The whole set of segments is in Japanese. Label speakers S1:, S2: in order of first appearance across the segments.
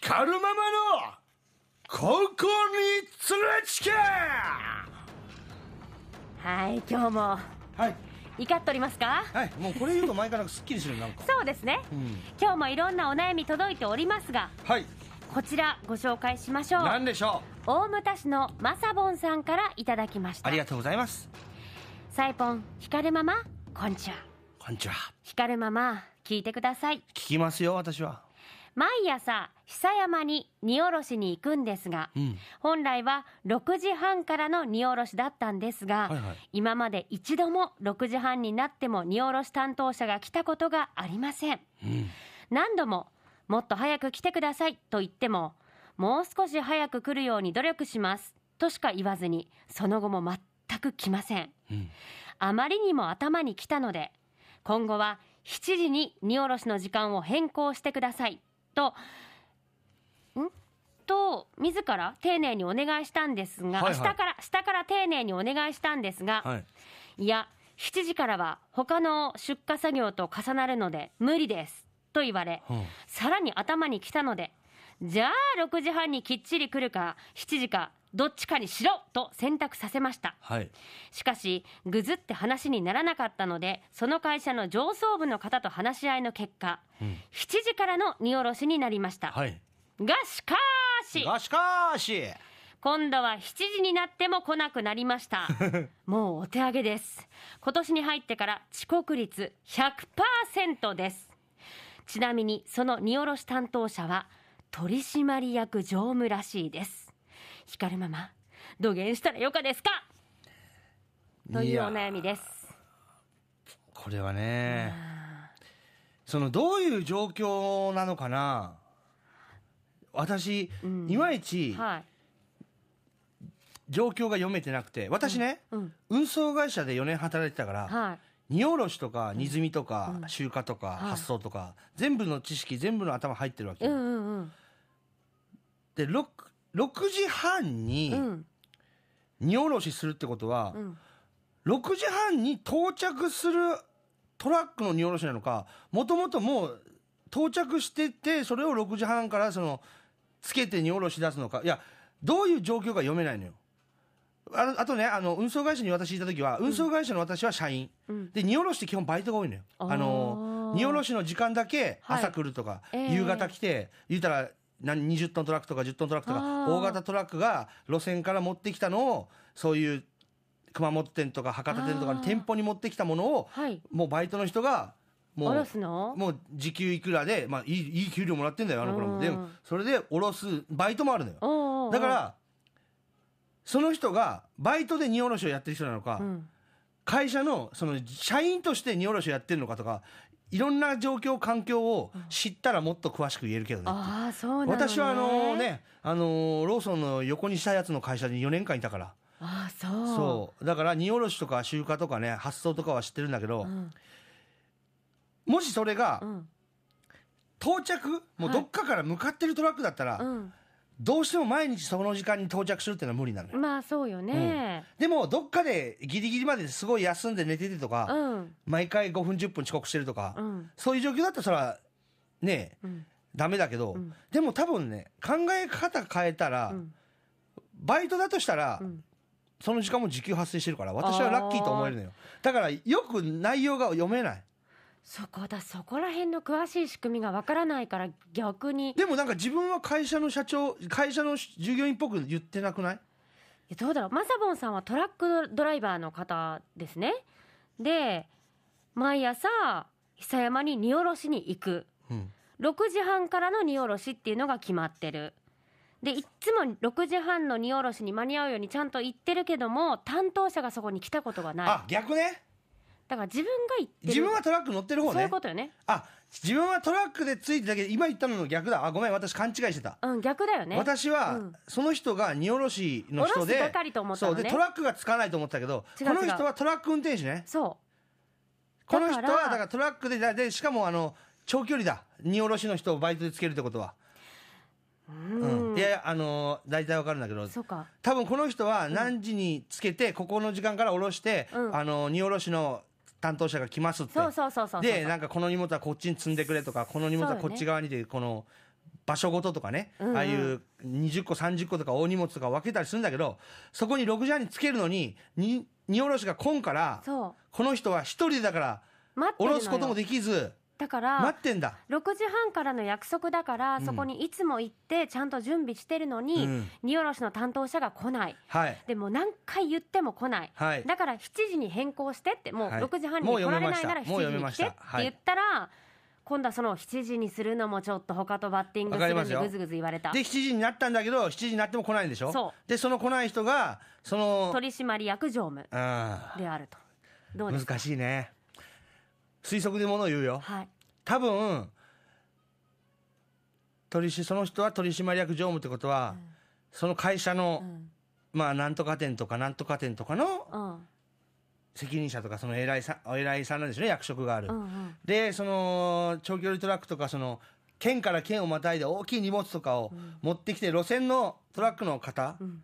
S1: カルママのここに連れちけ
S2: はい今日も
S1: はい
S2: 怒っておりますか
S1: はいもうこれ言うと毎回なんかすっきりするなんか
S2: そうですね、今日もいろんなお悩み届いておりますが
S1: はい
S2: こちらご紹介しましょう
S1: 何でしょ
S2: 大牟田市のまさぼんさんからいただきまし
S1: うあ
S2: た
S1: りがとうございます
S2: サイポンひかるママこんにちは
S1: こんにちは
S2: ひかるママ聞いてください
S1: 聞きますよ私は
S2: 毎朝久山に荷下ろしに行くんですが、
S1: ん
S2: 本来は6時半からの荷下ろしだったんですが、
S1: はいはい
S2: 今まで一度も6時半になっても荷下ろし担当者が来たことがありません
S1: うん
S2: 何度も「もっと早く来てください」と言っても「もう少し早く来るように努力します」としか言わずにその後も全く来ません
S1: うん
S2: あまりにも頭に来たので今後は7時に荷下ろしの時間を変更してくださいとんと自ら丁寧にお願いしたんですが、
S1: はいはい
S2: 下から下から丁寧にお願いしたんですが、
S1: はい
S2: いや、7時からは他の出荷作業と重なるので無理です。と言われ、
S1: うん
S2: さらに頭に来たので、じゃあ6時半にきっちり来るか、7時か、どっちかにしろと選択させました。
S1: はい
S2: しかし、ぐずって話にならなかったので、その会社の上層部の方と話し合いの結果、7時からの荷下ろしになりました。
S1: はい
S2: が、しかし、
S1: がしかーし
S2: 今度は7時になっても来なくなりました もうお手上げです今年に入ってから遅刻率100%ですちなみにその荷下ろし担当者は取締役常務らしいですひかるママどげんしたらよかですかというお悩みです
S1: これはねそのどういう状況なのかな私、いまいち
S2: はい
S1: 状況が読めてなくて私ね、
S2: うん
S1: 運送会社で4年働いてたから、
S2: はい
S1: 荷下ろしとか荷積みとか、集荷とか、
S2: い
S1: 発送とか全部の知識全部の頭入ってるわけ
S2: う
S1: よ、
S2: んうんうん
S1: で 6, 6時半
S2: う
S1: に
S2: ん
S1: 荷下ろしするってことは、
S2: うん
S1: 6時半に到着するトラックの荷下ろしなのかもともともう到着しててそれを6時半からそのつけて荷下ろし出すのかいやどういう状況か読めないのよあのあとねあの運送会社に私いた時は運送会社の私は社員、
S2: うん
S1: で荷下ろしって基本バイトが多いのよ
S2: あー
S1: あの荷下ろしの時間だけ
S2: はい
S1: 朝来るとか、
S2: ええ
S1: 夕方来て言うたら何20トントラックとか10トントラックと
S2: あ
S1: か
S2: ー
S1: 大型トラックが路線から持ってきたのをそういう熊本店とか博多店とかの
S2: あー
S1: 店舗に持ってきたものを
S2: はい
S1: もうバイトの人がも
S2: おろ
S1: う
S2: すの
S1: もう時給いくらで、まあ、いいいい給料もらってんだよあの頃も
S2: うん
S1: でそれでおろすバイトもあるのよ
S2: おうおうおう
S1: だからその人がバイトで荷下ろしをやってる人なのか、
S2: うん
S1: 会社のその社員として荷下ろしをやってるのかとかいろんな状況環境を知ったらもっと詳しく言えるけどね、
S2: ああそうなのね
S1: 私はあのねあのーローソンの横にしたやつの会社に4年間いたから
S2: ああそう
S1: そうだから荷下ろしとか集荷とかね発送とかは知ってるんだけど、
S2: ん
S1: もしそれが
S2: うん
S1: 到着もうどっかから向かってるトラックだったら、
S2: うん
S1: どうしても毎日その時間に到着するっていうのは無理なのよ、
S2: まあそうよね。
S1: でもどっかでギリギリまですごい休んで寝ててとか、
S2: うん。
S1: 毎回5分10分遅刻してるとか、
S2: うん。
S1: そういう状況だったらそれはね
S2: うん。
S1: ダメだけど、
S2: うん
S1: でも多分ね考え方変えたら、
S2: うん
S1: バイトだとしたら、
S2: うん
S1: その時間も時給発生してるから私はラッキーと思えるのよだからよく内容が読めない
S2: そこだ、そこら辺の詳しい仕組みがわからないから逆に、い
S1: でもなんか自分は会社の社長会社の従業員っぽく言ってなくない
S2: やどうだろう。マサボンさんはトラックドライバーの方ですね。で、毎朝、久山に荷下ろしに行く。
S1: うん
S2: 6時半からの荷下ろしっていうのが決まってる。で、いっつも6時半の荷下ろしに間に合うようにちゃんと行ってるけども、担当者がそこに来たことがない。
S1: あ逆ね
S2: だから自分が行ってる。
S1: 自分はトラック乗ってる方
S2: そうい
S1: ね
S2: うことよね。
S1: あ自分はトラックでついてたけど今言ったのの逆だあごめん私勘違いしてた
S2: うん、逆だよね。
S1: 私は、
S2: うん
S1: その人が荷下ろしの人で
S2: 下ろす係と思ったのね
S1: そうでトラックがつかないと思ったけど
S2: 違う
S1: この
S2: 違う
S1: 人はトラック運転手ね
S2: そ
S1: この人は
S2: だから
S1: だからトラックでだでしかもあの長距離だ荷下ろしの人をバイトでつけるってことは、
S2: う。う
S1: うん
S2: ん。
S1: いやいやあのー大体わかるんだけど
S2: そうか。
S1: 多分この人は何時につけて、ここの時間から下ろして、
S2: うん
S1: あのー荷下ろしの担当者が来ますって
S2: そうそうそうそうそう。
S1: でなんかこの荷物はこっちに積んでくれとかこの荷物はこっち側にでこの場所ごととかね、
S2: うんうん
S1: ああいう20個30個とか大荷物とか分けたりするんだけどそこに6時半につけるのにに荷下ろしが来んから
S2: そ
S1: この人は一人だから
S2: う待って
S1: 下
S2: るの
S1: ろ
S2: よ
S1: すこともできず
S2: だから
S1: 待ってんだ
S2: 6時半からの約束だから、
S1: うん
S2: そこにいつも行ってちゃんと準備してるのに、
S1: うん
S2: 荷下ろしの担当者が来ない
S1: はい
S2: でもう何回言っても来ない、
S1: はい
S2: だから7時に変更してってもう
S1: はい
S2: 6時半に
S1: もう
S2: 来
S1: 読
S2: ら
S1: めま
S2: れな
S1: し
S2: い
S1: た
S2: なら
S1: もう
S2: 7時
S1: 読め
S2: に
S1: ま
S2: 来
S1: してた
S2: って言ったら、今度はその7時にするのもちょっと他とバッティングするの
S1: わかり
S2: に
S1: ますよ
S2: ぐずぐず言われた
S1: で7時になったんだけど7時になっても来ないんでしょ
S2: そ
S1: でその来ない人がその
S2: 取締役常務
S1: うん
S2: であるとどうですか
S1: 難しいね推測でものを言うよ
S2: はい
S1: 多分取りしその人は取締役常務ってことは、その会社の
S2: う、ん
S1: まあなんとか店とかなんとか店とかの
S2: うん
S1: 責任者とかその偉いさお偉いさんなんでしょうね役職がある、
S2: うんうん
S1: でその長距離トラックとかその県から県をまたいで大きい荷物とかを持ってきて路線のトラックの方
S2: うん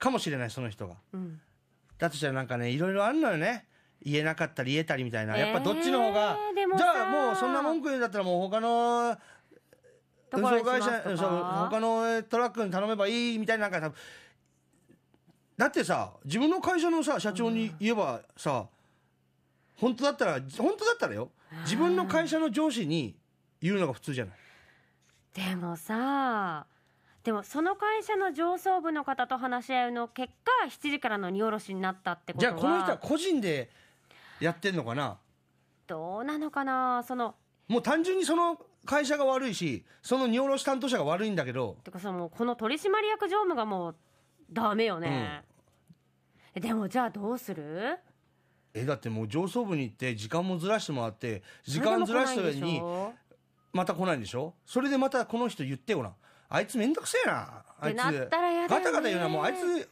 S1: かもしれないその人が
S2: うん
S1: だとしたらなんかねいろいろあんのよね言えなかったり言えたりみたいな、やっぱどっちの方が
S2: えーでも
S1: じ
S2: さ
S1: ゃあもうそんな文句言うんだったらもう他の
S2: ところにします
S1: そう
S2: とか
S1: 他のトラックに頼めばいいみたいななんか多分だってさ自分の会社のさ社長に言えばさ、本当だったら本当だったらよ自分の会社の上司に言うのが普通じゃない
S2: でもさでもその会社の上層部の方と話し合いの結果7時からの荷下ろしになったってこ
S1: じ
S2: と
S1: ゃあ
S2: は
S1: この人は個人でやってんのかな
S2: どうなのかなその
S1: もう単純にその会社が悪いしその荷下ろし担当者が悪いんだけど
S2: てかそのもうこの取締役常務がもうダメよね、でもじゃあどうする
S1: えだってもう上層部に行って時間もずらしてもらって時
S2: それで
S1: 間
S2: も
S1: ずらした
S2: 来な
S1: 上
S2: いんでし
S1: に
S2: ょ
S1: また来ないんでしょそれでまたこの人言ってごらんあいつめんどくせえなあいつ
S2: ってなったらやだよね
S1: ガタガタ言うなもうあいつ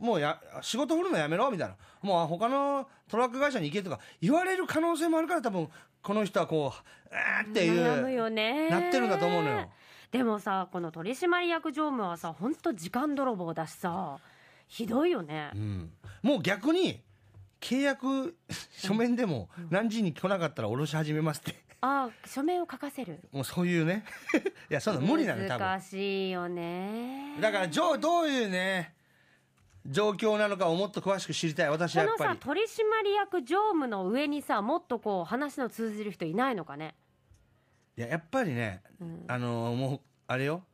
S1: もうや仕事振るのやめろみたいなもう他のトラック会社に行けとか言われる可能性もあるから多分この人はこうあーっていう
S2: 悩むよね
S1: なってるんだと思うのよ
S2: でもさこの取締役常務はさ本当時間泥棒だしさひどいよね
S1: うんもう逆に契約 書面でも何時に来なかったら下ろし始めますって
S2: あ書面を書かせる
S1: もうそういうね いやそんな無理なのよ多分
S2: 難しいよね
S1: だからじょうどういうね状況なのかをもっと詳しく知りたい私はやっ
S2: こ
S1: ぱ
S2: のさ
S1: り
S2: 取締役常務の上にさもっとこう話の通じる人いないのかね
S1: いややっぱりね、
S2: うん
S1: あのーもうあれよ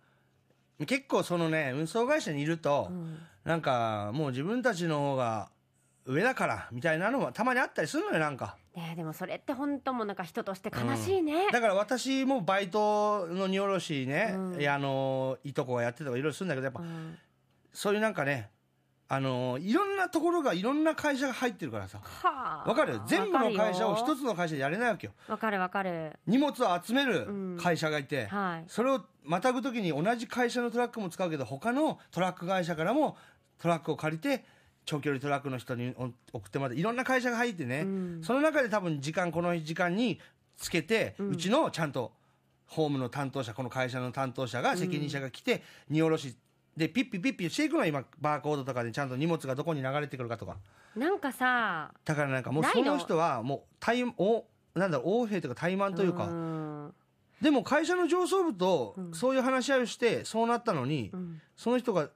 S1: 結構そのね運送会社にいると、
S2: うん
S1: なんかもう自分たちの方が上だからみたいなのはたまにあったりするのよなんか
S2: ねえでもそれって本当もうなんか人として悲しいね、
S1: だから私もバイトの荷下ろしね、
S2: うん
S1: いやあのーいとこがやってたとかいろいろするんだけどやっぱ、
S2: うん
S1: そういうなんかねあのーいろんなところがいろんな会社が入ってるからさ
S2: はあ
S1: わかる全部の会社を一
S2: つ
S1: つの会社でやれないわけよ
S2: わかるわかる
S1: 荷物を集め
S2: うん
S1: る会社がいて、
S2: はい
S1: それをまたぐ時に同じ会社のトラックも使うけど他のトラック会社からもトラックを借りて長距離トラックの人にお送ってもらっていろんな会社が入ってね、
S2: うん
S1: その中で多分時間この時間につけて、
S2: う
S1: うんちのちゃんとホームの担当者この会社の担当者が責任者が来て荷下ろしでピッピピッピしていくのは今バーコードとかでちゃんと荷物がどこに流れてくるかとか
S2: なんかさ
S1: だからなんかもう
S2: ない
S1: そ
S2: の
S1: の人はもう怠おなんだろう横兵というか怠慢というか。
S2: ん
S1: でも会社の上層部と
S2: うん
S1: そういう話し合いをしてそうなったのに、
S2: うん
S1: その人が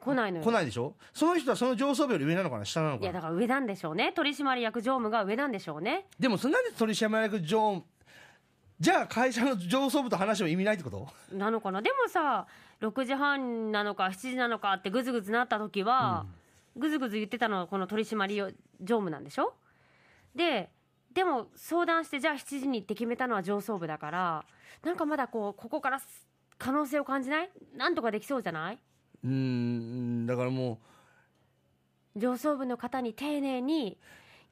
S2: 来ないのよ
S1: 来ないでしょその人はその上層部より上なのかな下なの
S2: い
S1: か
S2: や
S1: な
S2: だから上なんでしょうね取締役常務が上なんでしょうね
S1: でもそんなんで取締役上じゃあ会社の上層部と話しても意味ないってこと
S2: なのかなでもさ6時半なのか7時なのかってぐずぐずなった時は、ぐずぐず言ってたのはこの取締りを常務なんでしょででも相談してじゃあ7時にって決めたのは上層部だからなんかまだこうここからす可能性を感じないなんとかできそうじゃないう
S1: ーんだからも
S2: 上層部の方に丁寧に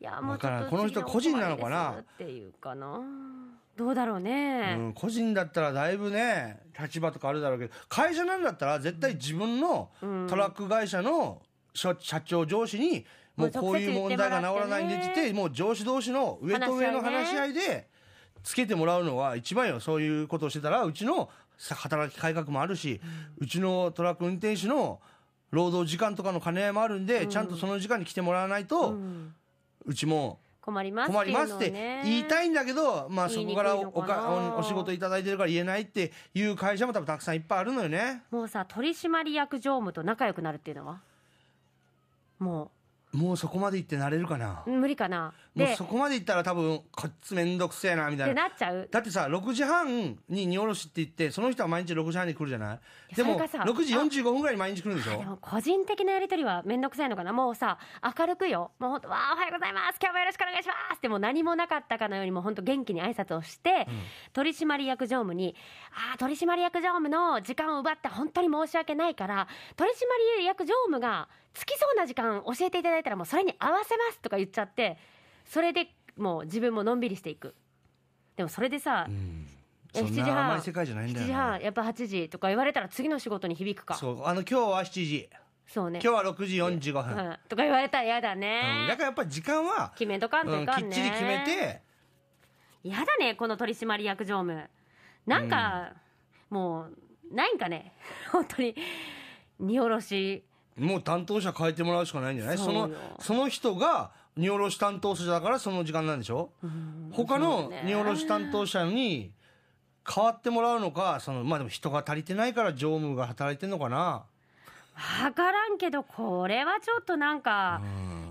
S2: いやもうちょっと
S1: わからんこの人個人なのかな
S2: 次のお困りですっていうかなどうだろう
S1: う、
S2: ね、
S1: うん、個人だったらだいぶね立場とかあるだろうけど会社なんだったら絶対自分の
S2: うん
S1: トラック会社の社社長上司にもうこういう
S2: もう直
S1: 問
S2: 接言って
S1: 題
S2: もらっ
S1: が治
S2: てね
S1: らないんでって言ってもう上司同士の上と上の
S2: 話
S1: 話
S2: し
S1: し
S2: 合
S1: 合いでつけてもらうのは一番よそういうことをしてたらうちのさ働き改革もあるし、うちのトラック運転手の労働時間とかの兼ね合いもあるんで、
S2: うん
S1: ちゃんとその時間に来てもらわないうと、うんちも
S2: 困ります
S1: 困りますって言いた
S2: い
S1: いんだけど、まあ、そ
S2: 言いに
S1: こ
S2: くい
S1: か
S2: のからな
S1: おかおお仕事いただいてるから言えないっていう会社も多分たくさんいっぱいあるのよね
S2: もうさ取締役常務と仲良くなるっていうのはも
S1: もうそこまで行ってなれるかな
S2: う無理かな
S1: もう
S2: で
S1: そこまで行ったら多分こっちめんどくせえなみた
S2: で
S1: いな
S2: なっちゃう
S1: だってさ6時半に荷下ろしって言ってその人は毎日6時半に来るじゃないでも
S2: それがさ
S1: 6時45分ぐらいに毎日来るんでし
S2: で
S1: ょ
S2: も個人的なやり取りは面倒くさいのかなもうさ明るくよもうほんと「わあおはようございます今日もよろしくお願いします」ってもう何もなかったかのようにもうほんと元気に挨拶をして、取締役常務に「ああ取締役常務の時間を奪って本当に申し訳ないから取締役常務がつきそうな時間教えていただいたらもうそれに合わせます」とか言っちゃってそれでもう自分ものんびりしていくでもそれでさ、
S1: うん
S2: え
S1: そ
S2: 7
S1: ん
S2: 時
S1: な
S2: 半
S1: 甘い世界じゃないんだ
S2: 7
S1: よ
S2: 時
S1: な
S2: 半やっぱ8時とか言われたら次の仕事に響くかそう
S1: そうあの今日は7時
S2: ね
S1: 今日は6時45分、
S2: うんとか言われたら嫌だね、
S1: うん、だからやっぱり時間は、
S2: 決めとかんと
S1: う
S2: い
S1: ん、
S2: か
S1: き
S2: んね、
S1: っちり決めて
S2: 嫌だねこの取締役常務なんか、もうないんかね 本当に荷下ろし
S1: もう担当者変えてもらうしかないんじゃないそ
S2: そうよ
S1: のその人が荷下ろし担当者だからその時間なんでしょ、他
S2: そう
S1: の
S2: ね
S1: 荷下ろし担当者に変わってもらうのかそのまあでも人が足りてないから常務が働いてんのかな
S2: わからんけどこれはちょっとなんか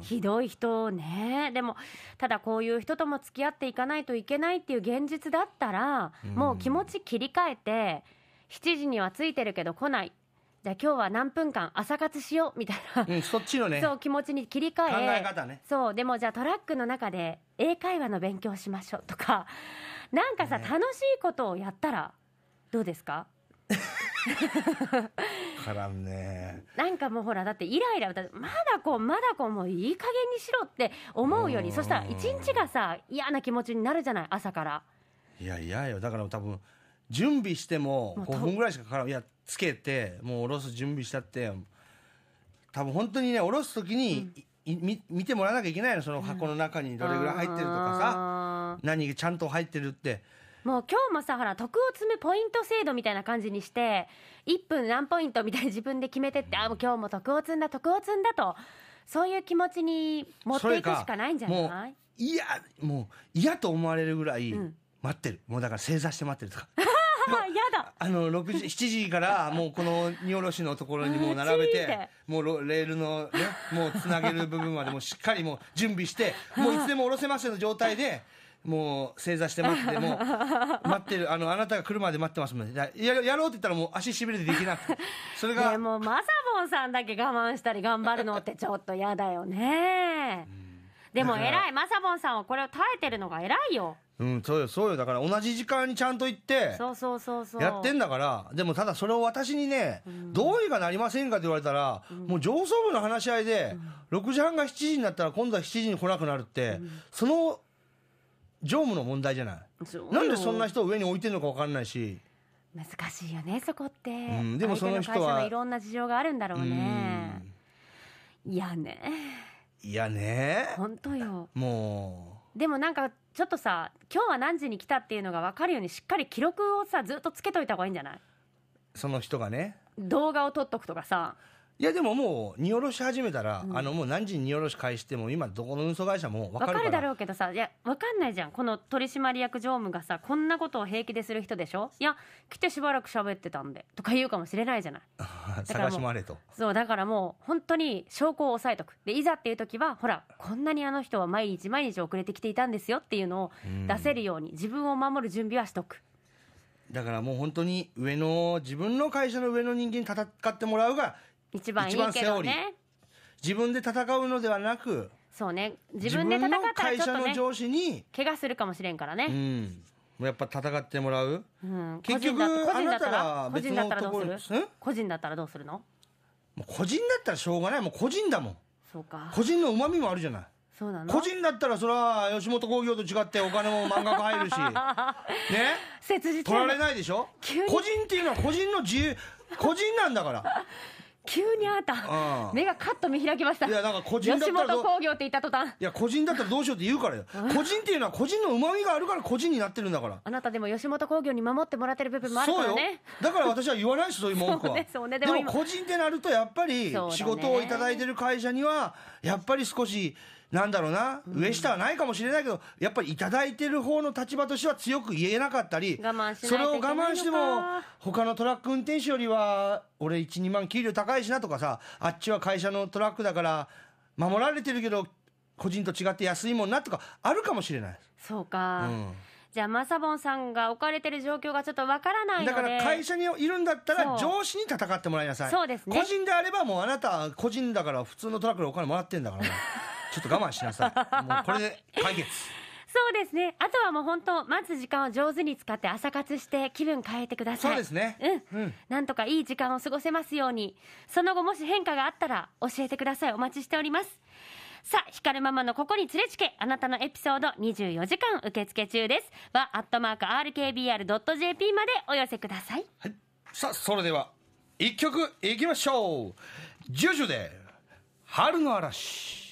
S2: ひどい人ねでもただこういう人とも付き合っていかないといけないっていう現実だったらもう気持ち切り替えて7時にはついてるけど来ないじゃあ今日は何分間朝活しようみたいな
S1: うんそっちのね
S2: そう気持ちに切り替え
S1: 考え方ね
S2: そうでもじゃあトラックの中で英会話の勉強しましょうとか なんかさ、楽しいことをやったらどうですか
S1: からね
S2: なんかもうほらだってイライラだまだこうまだこうもういい加減にしろって思うより
S1: うん
S2: そしたら一日がさ嫌な気持ちになるじゃない朝から
S1: いやいやよだから多分準備しても
S2: もうと
S1: 5分ぐらいしかかからんいやつけてもう下ろす準備したって多分本当にね下ろす時に、いいみ見てもらわなきゃいけないのその箱の中にどれぐらい入ってるとかさ、
S2: さ
S1: 何がちゃんと入ってるって
S2: もう今日もさほら徳を積むポイント制度みたいな感じにして1分何ポイントみたいに 自分で決めてってあもう今日も徳を積んだ徳を積んだとそういう気持ちに持っていくしかないんじゃ
S1: それか
S2: ない
S1: いやもう嫌と思われるぐらい
S2: うん
S1: 待ってる、もうだから正座して待ってるとか
S2: あやだ
S1: あの6時7時からもうこの荷下ろしのところにもう並べ
S2: あーチーって
S1: てもうロレールのねもうつなげる部分までもうしっかりもう準備してもういつでも下ろせますよの状態で。もう正座して待ってもう待ってるあのあなたが来るまで待ってますもんねややろうって言ったらもう足しびれてできなくてそれ が、
S2: ねえもうマサボンさんだけ我慢したり頑張るのってちょっとやだよねでも
S1: だから
S2: 偉いマサボンさんはこれを耐えてるのが偉いよ
S1: うんそうよそうよだから同じ時間にちゃんと行って
S2: そうそうそうそう
S1: やってん
S2: だ
S1: だからでもただそれを私にね、どうにかなりませんかって言われたら、もう上層部の話し合いで、6時半が7時になったら今度は7時に来なくなるって、その常務の問題じゃないなんでそんな人を上に置いてるのか分かんないし、
S2: 難しいよねそこって、
S1: んでもその人は
S2: 相手会社のいろんな事情があるんだろうねいやね
S1: いやね
S2: 本当よ
S1: も
S2: でもなんかちょっとさ今日は何時に来たっていうのが分かるようにしっかり記録をさずっとつけといた方がいいんじゃないう
S1: その人がね
S2: 動画を撮っとくとかさ
S1: いやでももう荷下ろし始めたら、あのもう何時に荷下ろし返しても今どこの運送会社も分
S2: わ
S1: か
S2: か
S1: るから
S2: るだろうけどさいやわかんないじゃんこの取締役常務がさこんなことを平気でする人でしょいや来てしばらく喋ってたんでとか言うかもしれないじゃない
S1: 探し回れと
S2: そうだからもう本当に証拠を押さえとくでいざっていう時はほらこんなにあの人は毎日毎日遅れてきていたんですよっていうのを出せるように自分を守る準備はしとく
S1: だからもう本当に上の自分の会社の上の人間に戦ってもらうが
S2: 一番いい
S1: 一番
S2: け
S1: セ
S2: ど
S1: オリー
S2: ね
S1: 自分で戦うのではなく
S2: そうね自分で戦ったらちょ
S1: 自分の
S2: っと
S1: 会社の
S2: ね
S1: 上司に、
S2: 怪我するかもしれんから
S1: う
S2: ね、
S1: ん、やっぱ戦ってもらう
S2: うん、
S1: 結局
S2: 個人だった個人だったら
S1: あなたが
S2: 個
S1: 別
S2: 人だ
S1: の
S2: ったら
S1: と
S2: ど
S1: ころ
S2: うする
S1: ん
S2: 個人だったらどうするの
S1: もう個人だったらしょうがないもう個人だもん
S2: そうか
S1: 個人のうまみもあるじゃない
S2: そうなの
S1: 個人だったらそれは吉本興業と違ってお金も満額入る しね
S2: 切実
S1: 取られ
S2: やね
S1: ないでしょ
S2: 急に
S1: 個人っていうのは個人の自由個人なんだから
S2: 急にあんた
S1: うん
S2: 目がカッと見開きました
S1: いやなんか個人だっ
S2: 吉
S1: たらどう
S2: 本興業って言った途端
S1: いや個人だったらどうしようって言うからよ個人っていうのは個人のうまみがあるから個人になってるんだから
S2: あなたでも吉本興業に守ってもらってる部分もある
S1: そ
S2: か
S1: うよ
S2: らね
S1: だから私は言わないしそういう文句は
S2: そうねそうねで
S1: で
S2: も
S1: も
S2: 今
S1: 個人ってなるとやっぱり
S2: そうだね
S1: 仕事をいただいてる会社にはやっぱり少しなんだろうな、上下はないかもしれないけど、やっぱりいただいてる方の立場としては強く言えなかったり、
S2: 我慢しないといけ
S1: それ
S2: ない
S1: を
S2: の
S1: 我
S2: か
S1: 慢しても、他のトラック運転手よりは、俺1、2万給料高いしなとかさ、あっちは会社のトラックだから、守られてるけど、個人と違って安いもんなとか、あるかもしれない。
S2: そうか、
S1: うん
S2: じゃあマサボンさんが置かれてる状況がちょっとわからないので
S1: だから会社にいるんだったら
S2: そう
S1: 上司に戦ってもらいなさい
S2: そうですね
S1: 個人であればもうあなた個人だから普通のトラックでお金もらってんだ からもうちょっと我慢しなさいもうこれで解決
S2: そうですねあとはもう本当待つ時間を上手に使って朝活して気分変えてください
S1: そうですね
S2: うん、なんとかいい時間を過ごせますようにその後もし変化があったら教えてくださいお待ちしておりますさあ、光るママのここに連れちけ、あなたのエピソード24時間受付中です。は、アットマーク RKBR.jp までお寄せください。
S1: はい、さあそれでは一曲いきましょうジュジュで春の嵐